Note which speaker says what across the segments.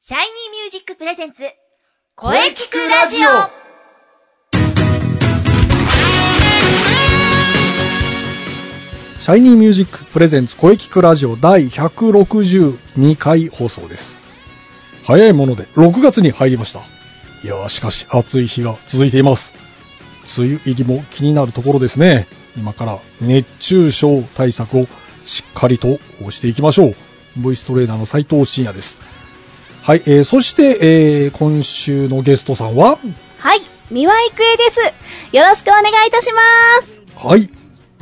Speaker 1: シャイニーミュージックプレゼンツ、
Speaker 2: 声聞くラジオ
Speaker 3: シャイニーミュージックプレゼンツ声聞くラジオ第162回放送です。早いもので6月に入りました。いやーしかし暑い日が続いています。梅雨入りも気になるところですね。今から熱中症対策をしっかりとしていきましょう。ボイストレーナーの斉藤慎也です。はい、えー、そして、えー、今週のゲストさんは、
Speaker 2: はい、三輪郁恵です。よろしくお願いいたします。
Speaker 3: はい、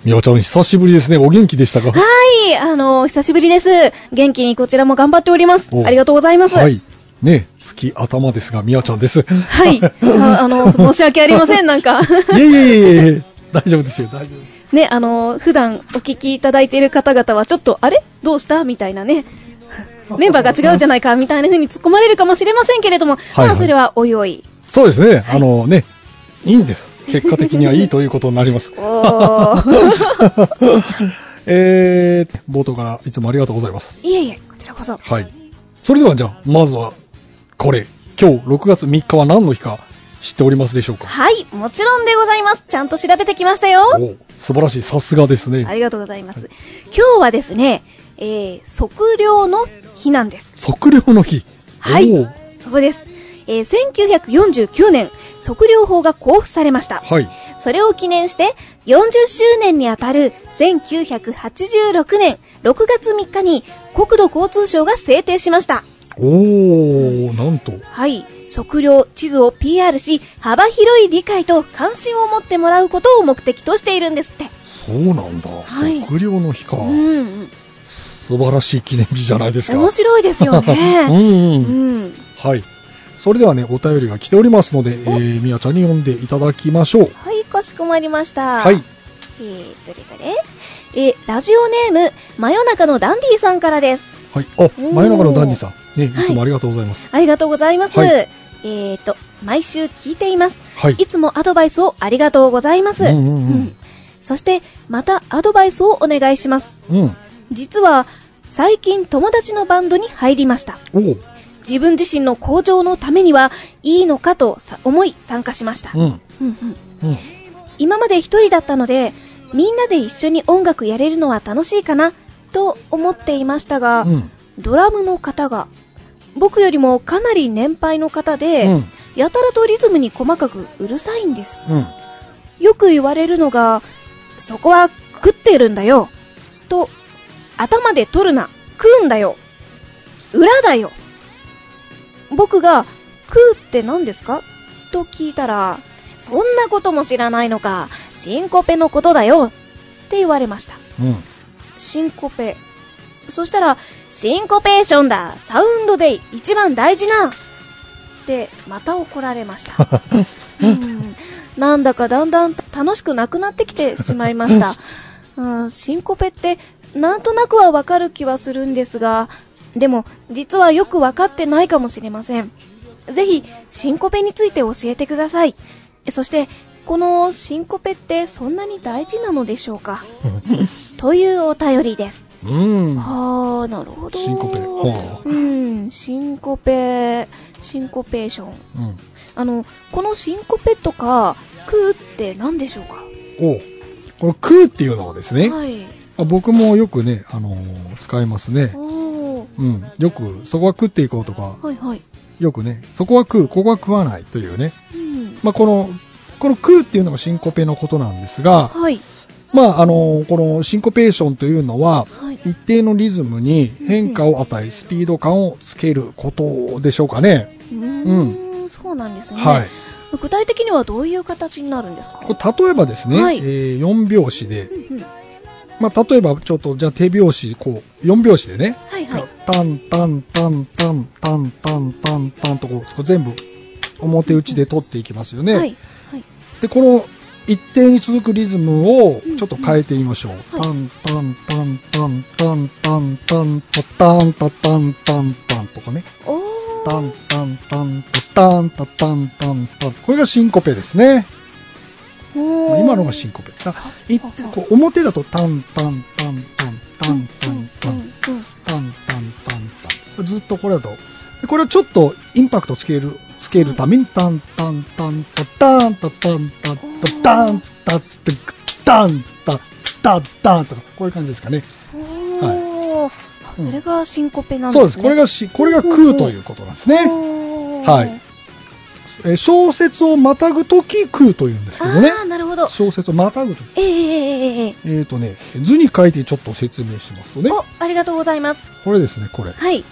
Speaker 3: みわちゃん久しぶりですね。お元気でしたか
Speaker 2: はい、あの、久しぶりです。元気にこちらも頑張っております
Speaker 3: お。
Speaker 2: ありがとうございます。
Speaker 3: は。い。ね、月頭ですが、みやちゃ んです。
Speaker 2: はい。ああの、申し訳ありません、なんか。
Speaker 3: いえいえいえいえ、大丈夫ですよ、大丈 夫。
Speaker 2: ね、あの、普段お聞きいただいている方々は、ちょっと、あれどうしたみたいな ね。メンバーが違うじゃないか、みたいな風に突っ込まれるかもしれませんけれども、
Speaker 3: いはい
Speaker 2: まあ、それはおいお い。
Speaker 3: そうですね、あのね、いいんです。結果的にはいいということにな ります。
Speaker 2: おー。
Speaker 3: えー、冒頭からいつもありがとうございます。
Speaker 2: いえいえ、こちらこそ。
Speaker 3: はい。それではじゃあ、まずは、これ。今日6月3日は何の日か知っておりますでしょうか
Speaker 2: はい、もちろんでございます。ちゃんと調べてきましたよ。
Speaker 3: お素晴らしい、さすがです
Speaker 2: あ
Speaker 3: ね。
Speaker 2: りがとうございます。今日はですね、えー、測量の日なんです。
Speaker 3: 測量の日。
Speaker 2: はい
Speaker 3: おー
Speaker 2: そうです。えー、1949年、測量法が交付されました。
Speaker 3: はい。
Speaker 2: それを記念して、40周年にあたる1986年6月3日に国土交通省が制定しました。
Speaker 3: おー、なんと。
Speaker 2: はい。測量、地図を PR し、幅広い理解と関心を持ってもらうことを目的としているんですって。
Speaker 3: そうなんだ。
Speaker 2: はい
Speaker 3: 測量の日か。
Speaker 2: うん。
Speaker 3: 素晴らしい記念日じゃないですか。
Speaker 2: 面白いですよ
Speaker 3: う
Speaker 2: ね。
Speaker 3: ん、
Speaker 2: う
Speaker 3: うん。
Speaker 2: ん。
Speaker 3: はい。それではね、お便りが来ておりますので、えー、みやちゃんに読んでいただきましょう。
Speaker 2: はい、かしこまりました。
Speaker 3: はい。。
Speaker 2: えー、どれどれえー、ラジオネーム、真夜中のダンディさんからです。
Speaker 3: はい。あ、
Speaker 2: ー
Speaker 3: 前中のダンディさん。ね、い
Speaker 2: はい
Speaker 3: つもありがとうございます。
Speaker 2: ありがとうございます。
Speaker 3: はい
Speaker 2: えーと、毎週聞いています。
Speaker 3: はい。
Speaker 2: いつもアドバイスをありがとうございます。
Speaker 3: うんうん
Speaker 2: そして、またアドバイスをお願いします。
Speaker 3: うん。うん。
Speaker 2: 実は、最近友達のバンドに入りました。
Speaker 3: おう。
Speaker 2: 自分自身の向上のためには、いいのかとさ思い参加しました。
Speaker 3: うん。
Speaker 2: うんうん
Speaker 3: うん。
Speaker 2: 今まで一人だったのでみんなで一緒に音楽やれるのは楽しいかなと思っていましたが、
Speaker 3: うん。
Speaker 2: ドラムの方が僕よりもかなり年配の方で、
Speaker 3: うん。
Speaker 2: やたらとリズムに細かくうるさいんです
Speaker 3: うん。
Speaker 2: よく言われるのがそこは食ってるんだよと頭で取るな食うんだよ裏だよ僕が食うって何ですかと聞いたらそんなことも知らないのかシンコペのことだよって言われました
Speaker 3: うん。
Speaker 2: シンコペそしたらシンコペーションだサウンドで一番大事なってまた怒られましたうんなんだかだんだん楽しくなくなってきてしまいま した。うん、シンコペってなんとなくはわかる気はするんですが、でも実はよくわかってないかもしれません。ぜひシンコペについて教えてください。そして、このシンコペってそんなに大事なのでしょうかというお便りです。
Speaker 3: うん。
Speaker 2: あー、なるほど。
Speaker 3: シンコペほ
Speaker 2: うん、シンコペ、シンコペーション。
Speaker 3: うん。
Speaker 2: あの、このシンコペとか、クーって何でしょうか
Speaker 3: おう。この空っていうのはですね、
Speaker 2: はい。
Speaker 3: あ僕もよくね、あのー使いますね。
Speaker 2: おー。
Speaker 3: うん。よく、そこは食っていこうとか、
Speaker 2: はいはい。
Speaker 3: よくね、そこは食う、ここは食わないというね、
Speaker 2: うん。
Speaker 3: まあ、この、この空っていうのがシンコペのことなんですが、
Speaker 2: はい。
Speaker 3: まあ、あの、このシンコペーションというのは、
Speaker 2: はい。
Speaker 3: 一定のリズムに変化を与え、スピード感をつけることでしょうかね。
Speaker 2: うーん、そうなんですね。
Speaker 3: はい。。
Speaker 2: 具体的にはどういう形になるんですか
Speaker 3: これ例えばですね、
Speaker 2: はい
Speaker 3: えー4拍子で
Speaker 2: う、んうん。は
Speaker 3: まあ、例えばちょっと、じゃあ手拍子、こう、4拍子でね、
Speaker 2: いはい。
Speaker 3: タンタンタンタンタンタンタンタンとこう、こう全部表打ちで取っていきますよね。
Speaker 2: はい。はい。
Speaker 3: で、この一定に続くリズムをちょっと変えてみましょう。
Speaker 2: うん
Speaker 3: タンタンタンタンタンタンタンタタンタタンタンタンとかね。
Speaker 2: お
Speaker 3: タ
Speaker 2: ー。
Speaker 3: ンタンタンタタンタタンタンタン。これがシンコペですね。
Speaker 2: おー
Speaker 3: 今のがシンコペ。あいっこう表だとタンタンタンタンタンタンタン
Speaker 2: うんうん
Speaker 3: タンタンタンタン。ずっとこれだとでこれをちょっとインパクトつける、つけるために、タンタンタンタタンタタンタタタンツタツテクタンツタツタツタンとか、こういう感じですかね。
Speaker 2: おーあそれがシンコペなん
Speaker 3: そう
Speaker 2: で
Speaker 3: ですす。
Speaker 2: ね。
Speaker 3: これがし、これが空ということなんですね。
Speaker 2: おー
Speaker 3: はい。えー小説をまたぐとき空というんですけどね。
Speaker 2: ああ、なるほど。
Speaker 3: 小説をまたぐとき。
Speaker 2: えええええええ
Speaker 3: えーとね、図に書いてちょっと説明しますと
Speaker 2: え
Speaker 3: ね。
Speaker 2: お、ありがとうございます。
Speaker 3: これですね、これ。
Speaker 2: はい。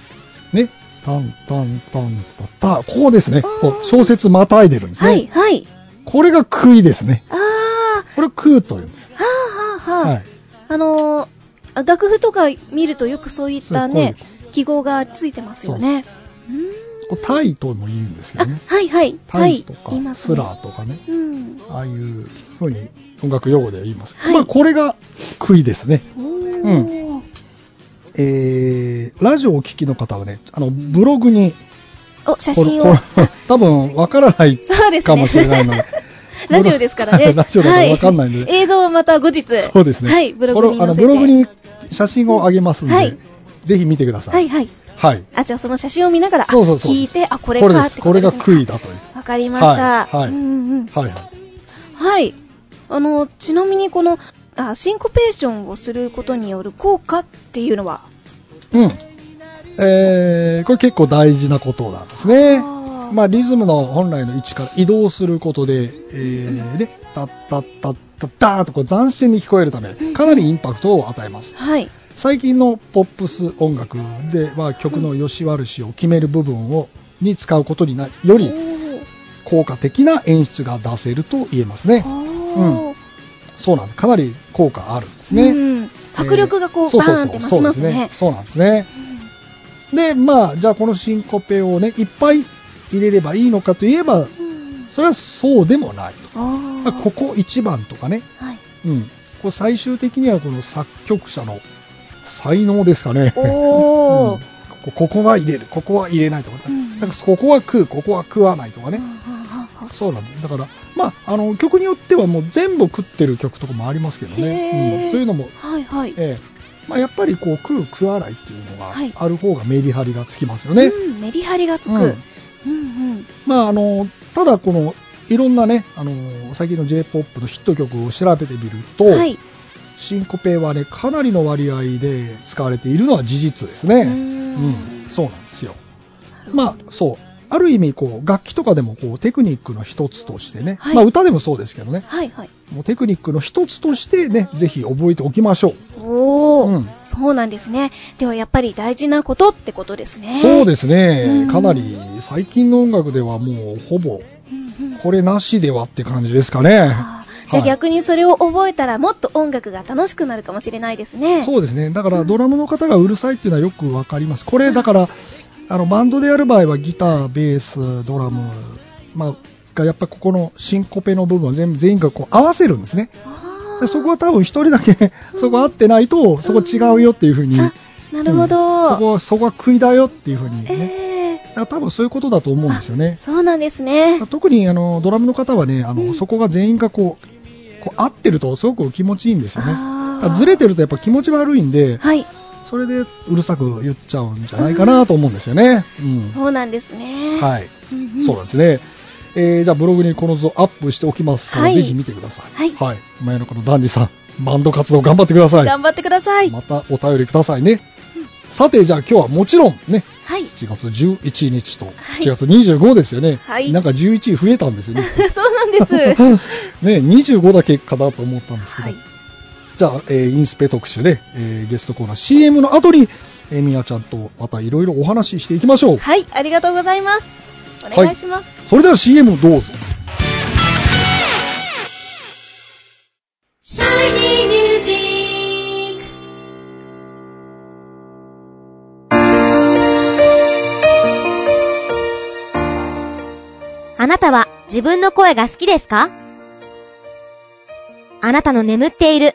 Speaker 3: ね。タンタンタンタタ。ここですね。
Speaker 2: うん
Speaker 3: こう小説またいでるんですね。
Speaker 2: はい、はい。
Speaker 3: これが杭ですね。
Speaker 2: ああ、
Speaker 3: これ杭というんです。
Speaker 2: はあ、はあ、はあ。
Speaker 3: はい。
Speaker 2: あのーあ楽譜とか見るとよくそういったね
Speaker 3: そうこ、
Speaker 2: 記号がついてますよね。う
Speaker 3: こうタイとも言うんですけ
Speaker 2: ー
Speaker 3: ど
Speaker 2: ん
Speaker 3: ね。
Speaker 2: あ、はいはい。
Speaker 3: タ
Speaker 2: はい。
Speaker 3: イとか、
Speaker 2: 言います
Speaker 3: ス
Speaker 2: ね
Speaker 3: ラーとかね。
Speaker 2: うん。
Speaker 3: ああいうふうに音楽用語では言います。
Speaker 2: はい
Speaker 3: まあ、これが杭ですね。
Speaker 2: おー
Speaker 3: うんえー、ラジオをお聞きの方はね、あの、ブログに、
Speaker 2: お、写
Speaker 3: これ
Speaker 2: 真
Speaker 3: こ
Speaker 2: を
Speaker 3: れ。多分わからない
Speaker 2: そうですね
Speaker 3: かもしれないので。
Speaker 2: ラジオですからね。
Speaker 3: ラジオだからわかんないんで
Speaker 2: は映像はまた後日。
Speaker 3: そうですね。
Speaker 2: はい、ブログに載せて。
Speaker 3: これあのブログに写真をあげますんで、
Speaker 2: はい
Speaker 3: ぜひ見てくださ
Speaker 2: はい
Speaker 3: い。
Speaker 2: はい。
Speaker 3: はい。
Speaker 2: あ、じゃあその写真を見ながら、
Speaker 3: そうそうそう
Speaker 2: 聞いて、あ、これか
Speaker 3: です
Speaker 2: ってこ
Speaker 3: こ
Speaker 2: と
Speaker 3: れ
Speaker 2: で
Speaker 3: が
Speaker 2: すね。
Speaker 3: 杭だという。
Speaker 2: わかりました。
Speaker 3: はいはい
Speaker 2: うんうんうん。
Speaker 3: はいはい。
Speaker 2: はい。あの、ちなみにこの、あシンコペーションをすることによる効果っていうのは、
Speaker 3: うん。えー、これ結構大事なことなんですね。
Speaker 2: あー
Speaker 3: まあ、リズムの本来の位置から移動することで、えー、で、タッタッタッタッターとこう斬新に聞こえるため、かなりインパクトを与えます。
Speaker 2: はい。
Speaker 3: 最近のポップス音楽では曲の良し悪しを決める部分を、に使うことになり、よ
Speaker 2: お
Speaker 3: り
Speaker 2: ー
Speaker 3: 効果的な演出が出せると言えますね。
Speaker 2: おー
Speaker 3: そうなんです。かなり効果あるんです
Speaker 2: う
Speaker 3: ね。
Speaker 2: ん迫力がこ
Speaker 3: え
Speaker 2: う、バーンって増しますね。
Speaker 3: そうなんですね。で、まあ、じゃあこのシンコペをね、いっぱい入れればいいのかといえば、
Speaker 2: うん
Speaker 3: それはそうでもない
Speaker 2: あ
Speaker 3: と。
Speaker 2: ー
Speaker 3: まあここ一番とかね、
Speaker 2: はい
Speaker 3: うん。こう最終的にはこの作曲者の才能ですかね。
Speaker 2: お
Speaker 3: うん
Speaker 2: ー。
Speaker 3: ここここは入れる、ここは入れないとか、
Speaker 2: う
Speaker 3: ね
Speaker 2: ん
Speaker 3: なんかここは食う、ここは食わないとかね。そうなんだ。だから、まあ、あの、曲によってはもう全部食ってる曲とかもありますけどね。
Speaker 2: へー
Speaker 3: うんそういうのも、
Speaker 2: はいはい。
Speaker 3: ええまあ、やっぱりこう、食う、食わないっていうのが
Speaker 2: はい
Speaker 3: ある方がメリハリがつきますよね。
Speaker 2: うん、メリハリがつく。
Speaker 3: う
Speaker 2: うんんうん。
Speaker 3: まあ、あの、ただこの、いろんなね、あの、最近の J-POP のヒット曲を調べてみると、
Speaker 2: はい。
Speaker 3: シンコペはね、かなりの割合で使われているのは事実ですね。
Speaker 2: うー
Speaker 3: うん
Speaker 2: ん、
Speaker 3: そうなんですよ。まあ、そう。ある意味、こう、楽器とかでも、こう、テクニックの一つとしてね。
Speaker 2: はい
Speaker 3: まあ、歌でもそうですけどね。
Speaker 2: はいはい。
Speaker 3: もうテクニックの一つとしてね、ぜひ覚えておきましょう。
Speaker 2: おー、
Speaker 3: うん
Speaker 2: そうなんですね。ではやっぱり大事なことってことですね。
Speaker 3: そうですね
Speaker 2: う。ん
Speaker 3: かなり、最近の音楽ではもう、ほぼ、
Speaker 2: うんうん
Speaker 3: これなしではって感じですかね。
Speaker 2: あーじゃあ
Speaker 3: はい
Speaker 2: 逆にそれを覚えたらもっと音楽が楽しくなるかもしれないですね。
Speaker 3: そうですね。だから、ドラムの方がうるさいっていうのはよくわかります。これ、だから、あの、バンドでやる場合は、ギター、ベース、ドラム、まあ、がやっぱここのシンコペの部分は全部、全員がこう合わせるんですね。
Speaker 2: あー
Speaker 3: でそこは多分一人だけ、 そこ合ってないと、そこ違うよっていうふうに、
Speaker 2: あなるほ
Speaker 3: うん
Speaker 2: ど。
Speaker 3: そこ、そこは食いだよっていうふうにね。
Speaker 2: ええ
Speaker 3: だから多分そういうことだと思うんですよね。
Speaker 2: そうなんですね。
Speaker 3: 特にあのドラムの方はね、あの、そこが全員がこう、こう合ってるとすごく気持ちいいんですよね。
Speaker 2: あー
Speaker 3: だからずれてるとやっぱ気持ち悪いんで、
Speaker 2: はい、
Speaker 3: それでうるさく言っちゃうんじゃないかなと思うんですよね。うん。
Speaker 2: そうなんですね。
Speaker 3: はい。
Speaker 2: うんうん
Speaker 3: そうなんですね。えー、じゃあブログにこの図をアップしておきますから、
Speaker 2: はい
Speaker 3: ぜひ見てください。
Speaker 2: はい
Speaker 3: はい。前のこのダンディさん、バンド活動頑張ってください。
Speaker 2: 頑張ってください。
Speaker 3: またお便りくださいね。さて、じゃあ今日はもちろんね、
Speaker 2: はい。
Speaker 3: 7月11日と7月25ですよね。
Speaker 2: はい
Speaker 3: なんか11増えたんですよね。
Speaker 2: そうなんです。
Speaker 3: ね、25だけかなと思ったんですけど、
Speaker 2: はい。
Speaker 3: じゃあ、えーインスペ特集で、えーゲストコーナー CM の後に、えー、みやちゃんとまたいろいろお話ししていきましょう。
Speaker 2: はい、ありがとうございます。お願いします。
Speaker 3: それでは CM どうぞ。
Speaker 1: あなたは自分の声が好きですかあなたの眠っている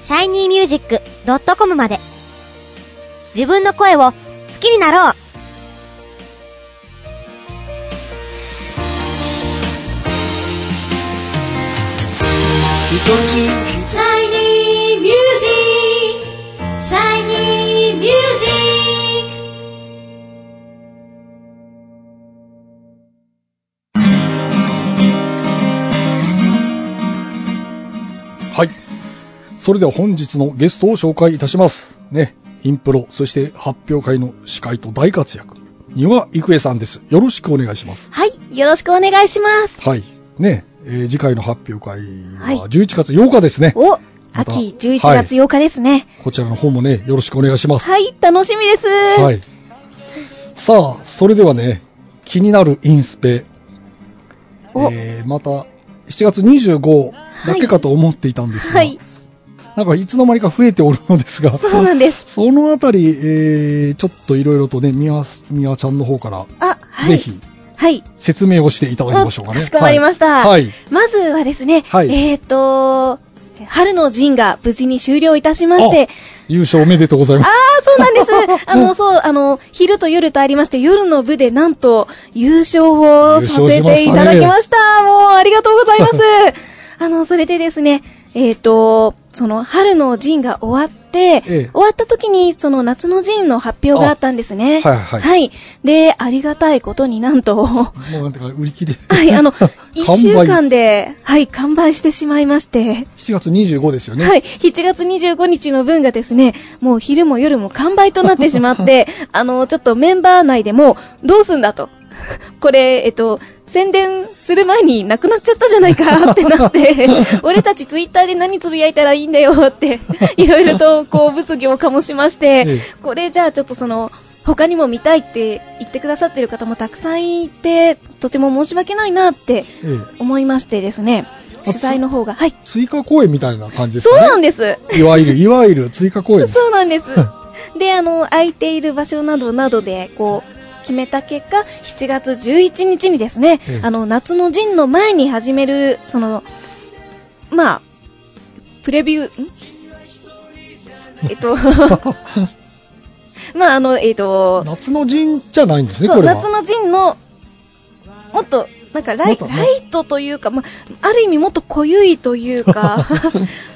Speaker 1: shinymusic.com まで自分の声を好きになろうシャイニーミュージックシャイニーミュージック
Speaker 3: はい。それでは本日のゲストを紹介いたします。ね。インプロ、そして発表会の司会と大活躍。丹羽郁恵さんです。よろしくお願いします。
Speaker 2: はい、よろしくお願いします。
Speaker 3: はい。ね。えー次回の発表会
Speaker 2: はい
Speaker 3: は11月8日ですね。
Speaker 2: お、
Speaker 3: また
Speaker 2: 秋11月8日ですね。
Speaker 3: こちらの方もね、よろしくお願いします。
Speaker 2: はい、楽しみです。
Speaker 3: は
Speaker 2: はい。
Speaker 3: い。さあ、それではね、気になるインスペ、
Speaker 2: お
Speaker 3: えーまた7月25だけかと思っていたんですが、なんかいつの間にか増えておるのですが、
Speaker 2: そうなんです。
Speaker 3: そのあたり、えーちょっといろいろとね、みわ、みわちゃんの方から、
Speaker 2: あ、はい。
Speaker 3: ぜひ
Speaker 2: はい。
Speaker 3: 説明をしていただきましょうかね。
Speaker 2: あかしこまりました
Speaker 3: はい。
Speaker 2: まずはですね、
Speaker 3: はい
Speaker 2: えっ、ー、と、春の陣が無事に終了いたしまして、
Speaker 3: 優勝おめでとうござい
Speaker 2: あ
Speaker 3: ます。
Speaker 2: あー、そうなん です。あ
Speaker 3: う
Speaker 2: の、そう、あの、昼と夜とありまして、夜の部でなんと優勝をさせていただきました。もう、ありがとうござい ます。あの、それでですね、えっ、と、その、春の陣が終わって、
Speaker 3: ええ
Speaker 2: 終わった時に、その、夏の陣の発表があったんですね。
Speaker 3: あはいはい
Speaker 2: はい。で、ありがたいことになんと、
Speaker 3: もうなんていうか、売り切れ。
Speaker 2: はい、 あの、
Speaker 3: 完売
Speaker 2: 1週間で、はい、完売してしまいまして、
Speaker 3: 7月25ですよね。
Speaker 2: はい、7月25日の分がですね、もう昼も夜も完売となってしま って、あの、ちょっとメンバー内でも、どうすんだと。これ、えっと、宣伝する前になくなっちゃったじゃないかってな って、俺たちツイッターで何つぶやいたらいいんだよって、いろいろとこう物議を醸しまして、
Speaker 3: ええ
Speaker 2: これじゃあちょっとその、他にも見たいって言ってくださってる方もたくさんいて、とても申し訳ないなって
Speaker 3: ええ
Speaker 2: 思いましてですね、
Speaker 3: あ
Speaker 2: 取材の方が、はい、
Speaker 3: 追加公演みたいな感じです
Speaker 2: そ
Speaker 3: か
Speaker 2: う
Speaker 3: ね。
Speaker 2: なんです。
Speaker 3: いわゆる、いわゆる追加公演です。
Speaker 2: そうなんです。で、あの、空いている場所などなどで、こう、決めた結果、7月11日にですね、
Speaker 3: ええ
Speaker 2: あの、夏の陣の前に始める、その、まあ、プレビュー、んえっ と、まあ、あの、えっと、
Speaker 3: 夏の陣じゃないんですね、
Speaker 2: そ
Speaker 3: こ
Speaker 2: う、
Speaker 3: れは。
Speaker 2: 夏の陣の、もっと、なんかライ
Speaker 3: もっとね
Speaker 2: ライトというか、まあ、ある意味もっと濃ゆいという か、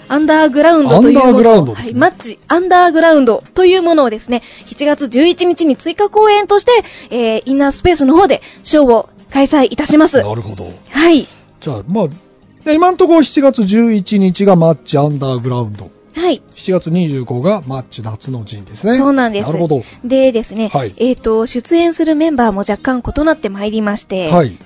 Speaker 2: アンダーグラウンドというもの
Speaker 3: アンダーグラウンドですね
Speaker 2: はい、マッチ、アンダーグラウンドというものをですね、7月11日に追加公演として、えー、インナースペースの方でショーを開催いたします。
Speaker 3: なるほど。
Speaker 2: はい。
Speaker 3: じゃあ、まあ、で今のところ7月11日がマッチアンダーグラウンド。
Speaker 2: はい。
Speaker 3: 7月25がマッチ夏の陣ですね。
Speaker 2: そうなんです。
Speaker 3: なるほど。
Speaker 2: でですね、
Speaker 3: はい
Speaker 2: えっ、と、出演するメンバーも若干異なってまいりまして、
Speaker 3: はい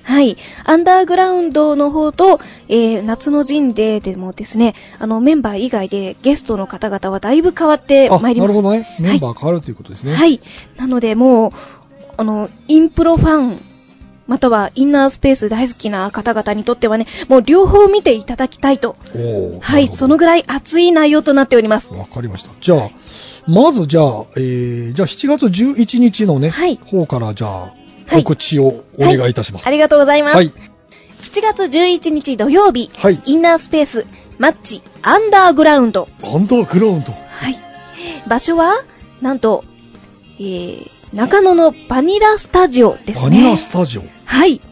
Speaker 2: アンダーグラウンドの方と、えー夏の陣ででもですね、あの、メンバー以外でゲストの方々はだいぶ変わって
Speaker 3: あ、
Speaker 2: ま
Speaker 3: ない
Speaker 2: り
Speaker 3: る
Speaker 2: まし
Speaker 3: ほ
Speaker 2: た。
Speaker 3: どね。メンバー変わるということですね。
Speaker 2: はい。なので、もう、あの、インプロファン、またはインナースペース大好きな方々にとってはね、もう両方見ていただきたいと。
Speaker 3: おー
Speaker 2: はい、その
Speaker 3: ぐ
Speaker 2: ぐらい熱い内容となっております。
Speaker 3: わかりました。じゃあ、まずじゃあ、えー、じゃあ7月11日のね、
Speaker 2: はい
Speaker 3: 方からじゃあ、
Speaker 2: はい
Speaker 3: 告知をお願いいたします。
Speaker 2: ありがとうございます。
Speaker 3: はい。
Speaker 2: 7月11日土曜日、
Speaker 3: はい
Speaker 2: インナースペースマッチアンダーグラウンド、
Speaker 3: アンダーグラウンド。
Speaker 2: はい、場所はなんと、えー、中野のバニラスタジオです
Speaker 3: バニ
Speaker 2: ね
Speaker 3: ラスタジオ。
Speaker 2: はい、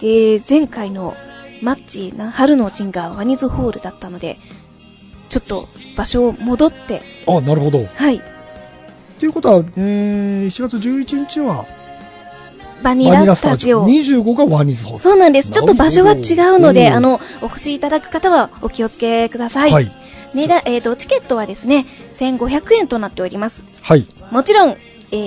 Speaker 2: えー、前回のマッチな春の陣がワニズホールだったのでちょっと場所を戻って
Speaker 3: あ、なるほど。
Speaker 2: はい
Speaker 3: ということは、えー、7月11日は、
Speaker 2: バニ
Speaker 3: バニ
Speaker 2: ラ
Speaker 3: ラ
Speaker 2: ス
Speaker 3: ス
Speaker 2: タ
Speaker 3: タ
Speaker 2: ジ
Speaker 3: ジ
Speaker 2: オ
Speaker 3: オ。25がワニズホール
Speaker 2: そうなんですちょっと場所が違うので
Speaker 3: な
Speaker 2: あ
Speaker 3: るほど
Speaker 2: のお越しいただく方はお気をつけください、
Speaker 3: はい。
Speaker 2: 値段、えー、とチケットはですね1500円となっております
Speaker 3: はい。
Speaker 2: もちろん、え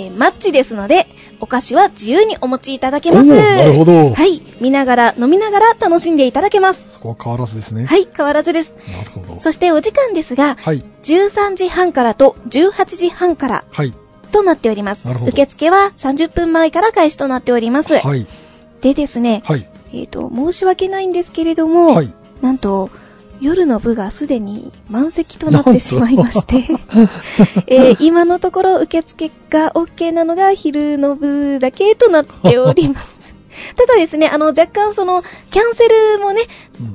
Speaker 2: ーマッチですのでお菓子は自由にお持ちいただけます
Speaker 3: おーなるほど
Speaker 2: はい見ながら飲みながら楽しんでいただけます
Speaker 3: そこは変わらずですね。
Speaker 2: はい変わらずです
Speaker 3: なるほど。
Speaker 2: そしてお時間ですが
Speaker 3: はい。
Speaker 2: 13時半からと18時半から
Speaker 3: はい。
Speaker 2: となっております
Speaker 3: なるほど
Speaker 2: 受付は30分前から開始となっております、
Speaker 3: はい。
Speaker 2: でですね、
Speaker 3: はい。
Speaker 2: えー、と申し訳ないんですけれども、
Speaker 3: はい。
Speaker 2: なんと、夜の部がすでに満席となってしまいまして、 えー今のところ受付が OK なのが昼の部だけとなっております。ただですね、あの、若干その、キャンセルもね、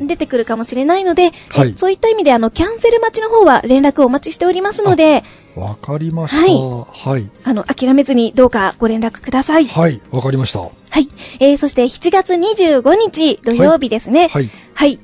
Speaker 3: うん
Speaker 2: 出てくるかもしれないので、
Speaker 3: はい
Speaker 2: そういった意味で、あの、キャンセル待ちの方は連絡をお待ちしておりますので、
Speaker 3: わかりました。はい。
Speaker 2: あの、諦めずにどうかご連絡ください。はい。
Speaker 3: はい、わかりました。
Speaker 2: えー、そして7月25日土曜日ですね。はい。
Speaker 3: はい。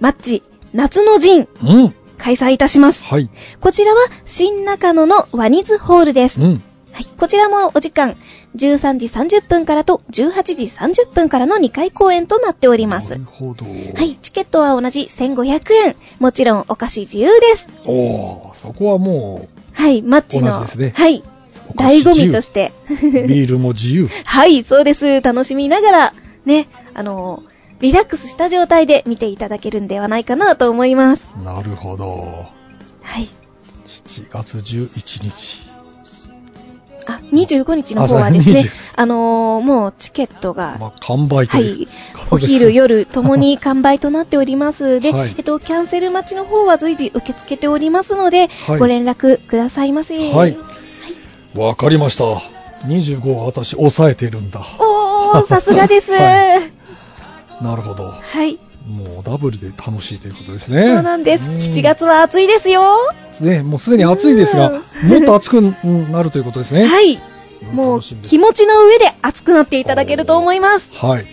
Speaker 2: マッチ、夏の陣、
Speaker 3: うん。
Speaker 2: 開催いたします。
Speaker 3: はい。
Speaker 2: こちらは、新中野のワニズホールです。
Speaker 3: うん。
Speaker 2: はい。こちらもお時間、13時30分からと18時30分からの2回公演となっておりま
Speaker 3: な
Speaker 2: す
Speaker 3: る。ほど。は
Speaker 2: は。い。チケットは同じ1500円。もちろん、お菓子自由です。
Speaker 3: おー、そこはも
Speaker 2: はい。マッチの、
Speaker 3: 同じですね
Speaker 2: はい。
Speaker 3: う、。
Speaker 2: 醍醐味としてて。
Speaker 3: ビールも自由。
Speaker 2: はい、そうです。楽しみながら、ね、あのーリラックスした状態で見ていただけるんではないかなと思います。
Speaker 3: なるほど。
Speaker 2: はい。
Speaker 3: 7月11日。
Speaker 2: あ、25日の方はです
Speaker 3: あそう
Speaker 2: ね
Speaker 3: 20、
Speaker 2: あのーもうチケットが、
Speaker 3: まあ、完売と
Speaker 2: は
Speaker 3: いう
Speaker 2: い
Speaker 3: こ、と
Speaker 2: お
Speaker 3: ですね。
Speaker 2: 昼、夜ともに完売となっております。で、
Speaker 3: はい
Speaker 2: えっと、キャンセル待ちの方は随時受け付けておりますので、
Speaker 3: はい
Speaker 2: ご連絡くださいませ。
Speaker 3: はい。わかりました。25は私、抑えてるんだ。
Speaker 2: おー、さすがです。
Speaker 3: はなるほど。
Speaker 2: はい。
Speaker 3: もうダブルで楽しいということですね。
Speaker 2: そうなんです。
Speaker 3: うん
Speaker 2: 7月は暑いですよ。
Speaker 3: ね、もうすでに暑いですが、
Speaker 2: うん
Speaker 3: もっと暑くうんなるということですね。
Speaker 2: はい。
Speaker 3: うん
Speaker 2: もう
Speaker 3: 楽しみです
Speaker 2: 気持ちの上で熱くなっていただけると思います。
Speaker 3: はい。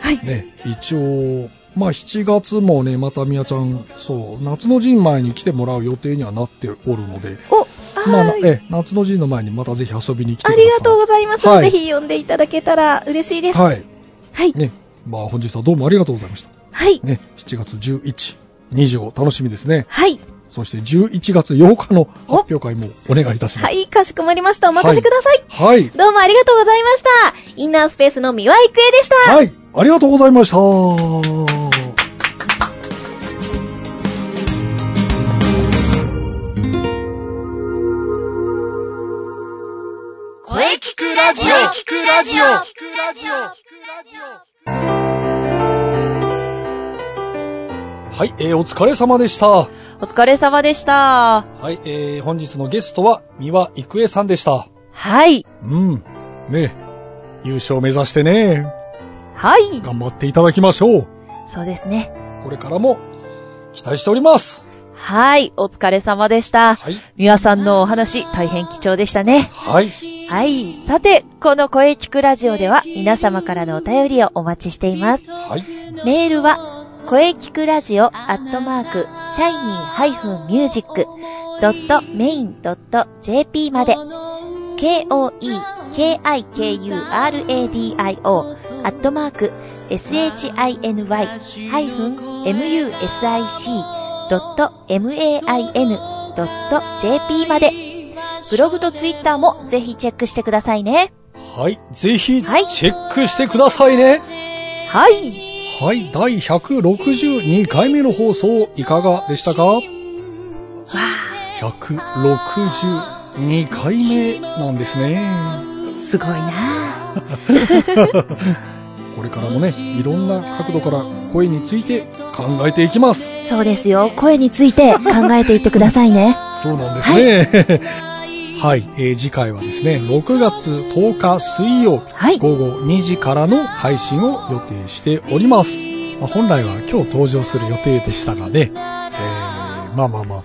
Speaker 2: はい。
Speaker 3: ね、一応、まあ7月もね、またみやちゃん、そう、夏の陣前に来てもらう予定にはなっておるので、
Speaker 2: お、
Speaker 3: まあ
Speaker 2: は
Speaker 3: な、
Speaker 2: ーい。
Speaker 3: え夏の陣の前にまたぜひ遊びに来てく
Speaker 2: あ
Speaker 3: ださい。
Speaker 2: りがとうございます。
Speaker 3: はい
Speaker 2: ぜひ呼んでいただけたら嬉しいです。は。
Speaker 3: はいい。
Speaker 2: はい。
Speaker 3: ね、まあ本日はどうもありがとうございました。
Speaker 2: はい。
Speaker 3: ね、7月11、20楽しみですね。そして11月8日の発表会もお願いいたしま
Speaker 2: は
Speaker 3: す。
Speaker 2: い、かしこまりました。お任せください。
Speaker 3: はい。
Speaker 2: どうもありがとうございました。インナースペースの三輪郁恵でした。
Speaker 3: はい、ありがとうございました。は
Speaker 4: 声聞くラジオ聞くラジオ聞くラジオ
Speaker 3: い、えーお疲れ様でした。は
Speaker 4: お疲れ様でした。
Speaker 3: い、えー本日のゲストは三輪郁恵さんでした。
Speaker 4: はい。
Speaker 3: うん、ね優勝目指してね、
Speaker 4: はい。
Speaker 3: 頑張っていただきましょう。
Speaker 4: そうですね。
Speaker 3: これからも期待しております。
Speaker 4: はい。お疲れ様でした。
Speaker 3: はい、
Speaker 4: みわさんのお話、大変貴重でしたね。
Speaker 3: はい、
Speaker 4: はい。さて、この声聞くラジオでは、皆様からのお便りをお待ちしています。
Speaker 3: はい、
Speaker 4: メールは、声聞くラジオアットマーク、シャイニー -music.main.jp まで、k-o-e-k-i-k-u-r-a-d-i-o アットマーク、shiny-music.main.jp まで、ブログとツイッターもぜひチェックしてくださいね。
Speaker 3: はい、ぜひチ
Speaker 4: はい
Speaker 3: ェックしてくださいね。
Speaker 4: はい。
Speaker 3: はい、第162回目の放送いかがでしたか
Speaker 4: わあ、
Speaker 3: 162回目なんですね。
Speaker 4: すごいなあ。
Speaker 3: これからもね、いろんな角度から声について考えていきます。
Speaker 4: そうですよ。声について考えていってくださいね。
Speaker 3: そうなんですね。はい、えー次回はですね、6月10日水曜日
Speaker 4: はい。
Speaker 3: 午後2時からの配信を予定しております。まあ、本来は今日登場する予定でしたがね、えー、まあまあまあ、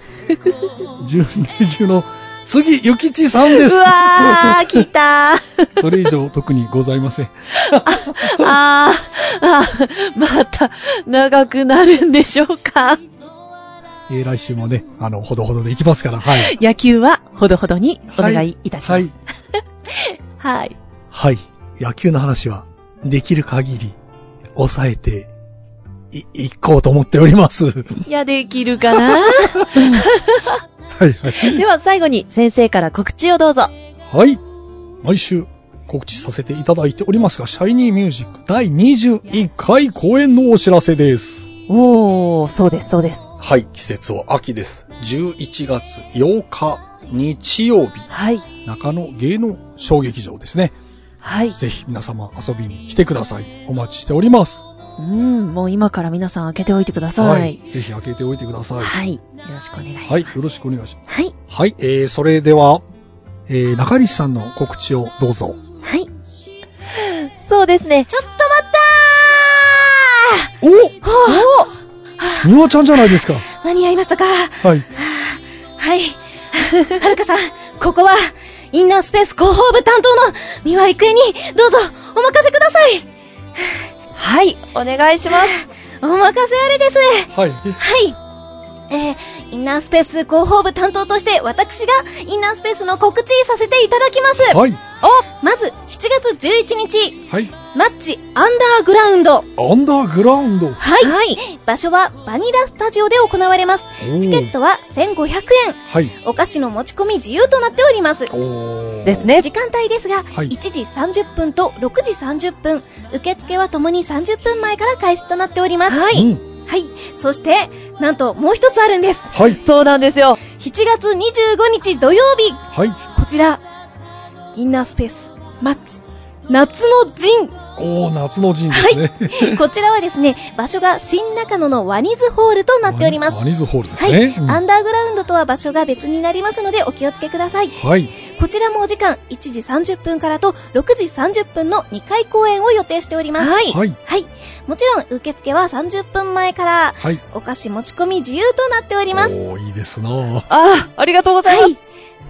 Speaker 3: 準レギュの杉ゆきちさんです
Speaker 2: う。わー、来 たー。
Speaker 3: それ以上特にございません。
Speaker 2: あー、あー、また、長くなるんでしょうか。
Speaker 3: えー来週もね、あの、ほどほどでいきますから、はい。
Speaker 2: 野球は、ほどほどにお願
Speaker 3: はい
Speaker 2: いたし
Speaker 3: は
Speaker 2: ま
Speaker 3: い
Speaker 2: す。。はい。
Speaker 3: はい。野球の話は、できる限り、抑えて、い、いこうと思っております。 はい
Speaker 2: や、できるかな
Speaker 3: い、 はい。
Speaker 2: では、最後に先生から告知をどうぞ。
Speaker 3: はい。毎週、告知させていただいておりますが、シャイニーミュージック第21回公演のお知らせです。
Speaker 4: おー、そうです、そうです。
Speaker 3: はい、季節は秋です。11月8日、日曜日、
Speaker 4: はい。
Speaker 3: 中野芸能小劇場ですね。
Speaker 4: はい。
Speaker 3: ぜひ皆様遊びに来てください。お待ちしております。
Speaker 4: うん、もう今から皆さん開けておいてくださ
Speaker 3: はい
Speaker 4: い。。
Speaker 3: ぜひ開けておいてください。
Speaker 4: はい。よろしくお願いします。
Speaker 3: はい。よろしくお願いします。
Speaker 4: はい。
Speaker 3: はい。えー、それでは、えー、中西さんの告知をどうぞ。
Speaker 4: はい。
Speaker 2: そうですね。ちょっと待っ
Speaker 3: お
Speaker 2: は
Speaker 3: みわちゃんじゃないですか。
Speaker 2: あ、間に合いましたか。
Speaker 3: はい。
Speaker 2: はい。 はるかさん、ここは、インナースペース広報部担当の三輪育恵に、どうぞ、お任せください。
Speaker 4: はい、お願いします。
Speaker 2: お任せあれです。
Speaker 3: はい。
Speaker 2: はい。えー、インナースペース広報部担当として、私がインナースペースの告知させていただきます。
Speaker 3: はい。
Speaker 2: まず、7月11日、
Speaker 3: はい。
Speaker 2: マッチアンダーグラウンド。
Speaker 3: アンダーグラウンド。
Speaker 2: はい。場所はバニラスタジオで行われます。チケットは1500円。
Speaker 3: はい。
Speaker 2: お菓子の持ち込み自由となっております。
Speaker 3: おー
Speaker 4: です。ね。
Speaker 2: 時間帯ですが、
Speaker 3: はい
Speaker 2: 1時30分と6時30分。受付はともに30分前から開始となっております。は
Speaker 3: う。ん。
Speaker 2: はい。そして、なんともう一つあるんです。
Speaker 3: はい。
Speaker 4: そうなんですよ。
Speaker 2: 7月25日土曜日。
Speaker 3: はい。
Speaker 2: こちら、インナースペース、マッチ、夏の陣
Speaker 3: おー、夏の陣ですね。
Speaker 2: こちらはですね、場所が新中野のワニズホールとなっております。
Speaker 3: ワニズホールです
Speaker 2: はい、
Speaker 3: ね。うん
Speaker 2: アンダーグラウンドとは場所が別になりますのでお気をつけください。
Speaker 3: はい。
Speaker 2: こちらもお時間1時30分からと6時30分の2回公演を予定しております。はい
Speaker 3: はい。
Speaker 2: はい。もちろん受付は30分前から
Speaker 3: はい。
Speaker 2: お菓子持ち込み自由となっております。
Speaker 3: おー、いいですな
Speaker 4: ああ、ありがとうございま
Speaker 2: は
Speaker 4: す。
Speaker 2: い。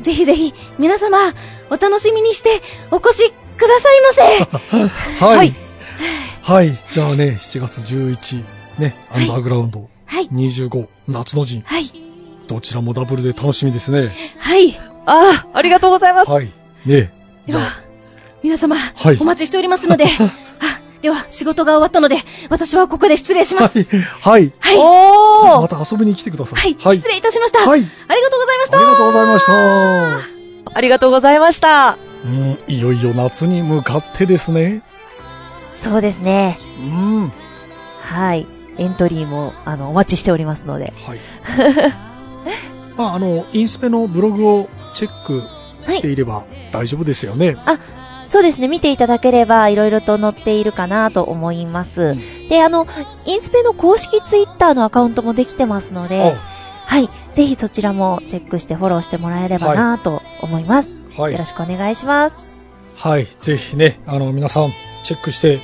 Speaker 2: ぜひぜひ皆様お楽しみにしてお越しくださいませ。
Speaker 3: はい。はい。じゃあね、7月11、ね、アンダーグラウンド
Speaker 2: はい。
Speaker 3: 25、夏の陣。
Speaker 2: はい。
Speaker 3: どちらもダブルで楽しみですね。
Speaker 2: はい。
Speaker 4: ああ、ありがとうございます。
Speaker 3: はい。ね。
Speaker 2: では、皆様、
Speaker 3: はい
Speaker 2: お待ちしておりますので、あ、では、仕事が終わったので、私はここで失礼します。
Speaker 3: はい。
Speaker 2: はい。は
Speaker 4: おー、
Speaker 3: また遊びに来てください。
Speaker 2: い、失礼いたしました。
Speaker 3: はい。
Speaker 2: ありがとうございまし
Speaker 3: あ
Speaker 2: た。
Speaker 3: りがとうございました。
Speaker 4: ありがとうございました。
Speaker 3: うん、いよいよ夏に向かってですね。
Speaker 4: そうですね。
Speaker 3: うん。は
Speaker 4: はい。エントリーも、あの、お待ちしておりますので。
Speaker 3: い。まあ、あの、インスペのブログをチェックしていれば大丈夫ですよね。
Speaker 4: そうですね。見ていただければ、いろいろと載っているかなと思います。で、あの、インスペの公式ツイッターのアカウントもできてますので、はい。ぜひそちらもチェックしてフォローしてもらえればなと思います。
Speaker 3: あは
Speaker 4: よろ
Speaker 3: い。
Speaker 4: しくお願いします。
Speaker 3: はい。ぜひね、あの、皆さん、チェックして、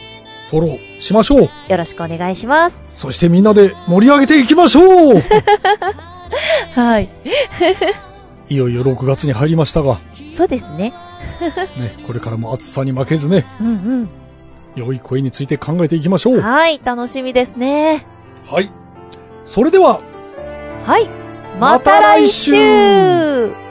Speaker 3: フォローしましょう。
Speaker 4: よろしくお願いします。
Speaker 3: そしてみんなで盛り上げていきましょう
Speaker 4: はい。
Speaker 3: いよいよ6月に入りましたが、
Speaker 4: そうですね。
Speaker 3: ね、これからも暑さに負けずね、
Speaker 4: うん
Speaker 3: 良い声について考えていきましょ
Speaker 4: う。。
Speaker 3: うん
Speaker 4: はい。楽しみですね。
Speaker 3: はい。それでは、
Speaker 4: はい。
Speaker 3: ま
Speaker 4: ま
Speaker 3: た
Speaker 4: た
Speaker 3: 来
Speaker 4: 来
Speaker 3: 週
Speaker 4: 週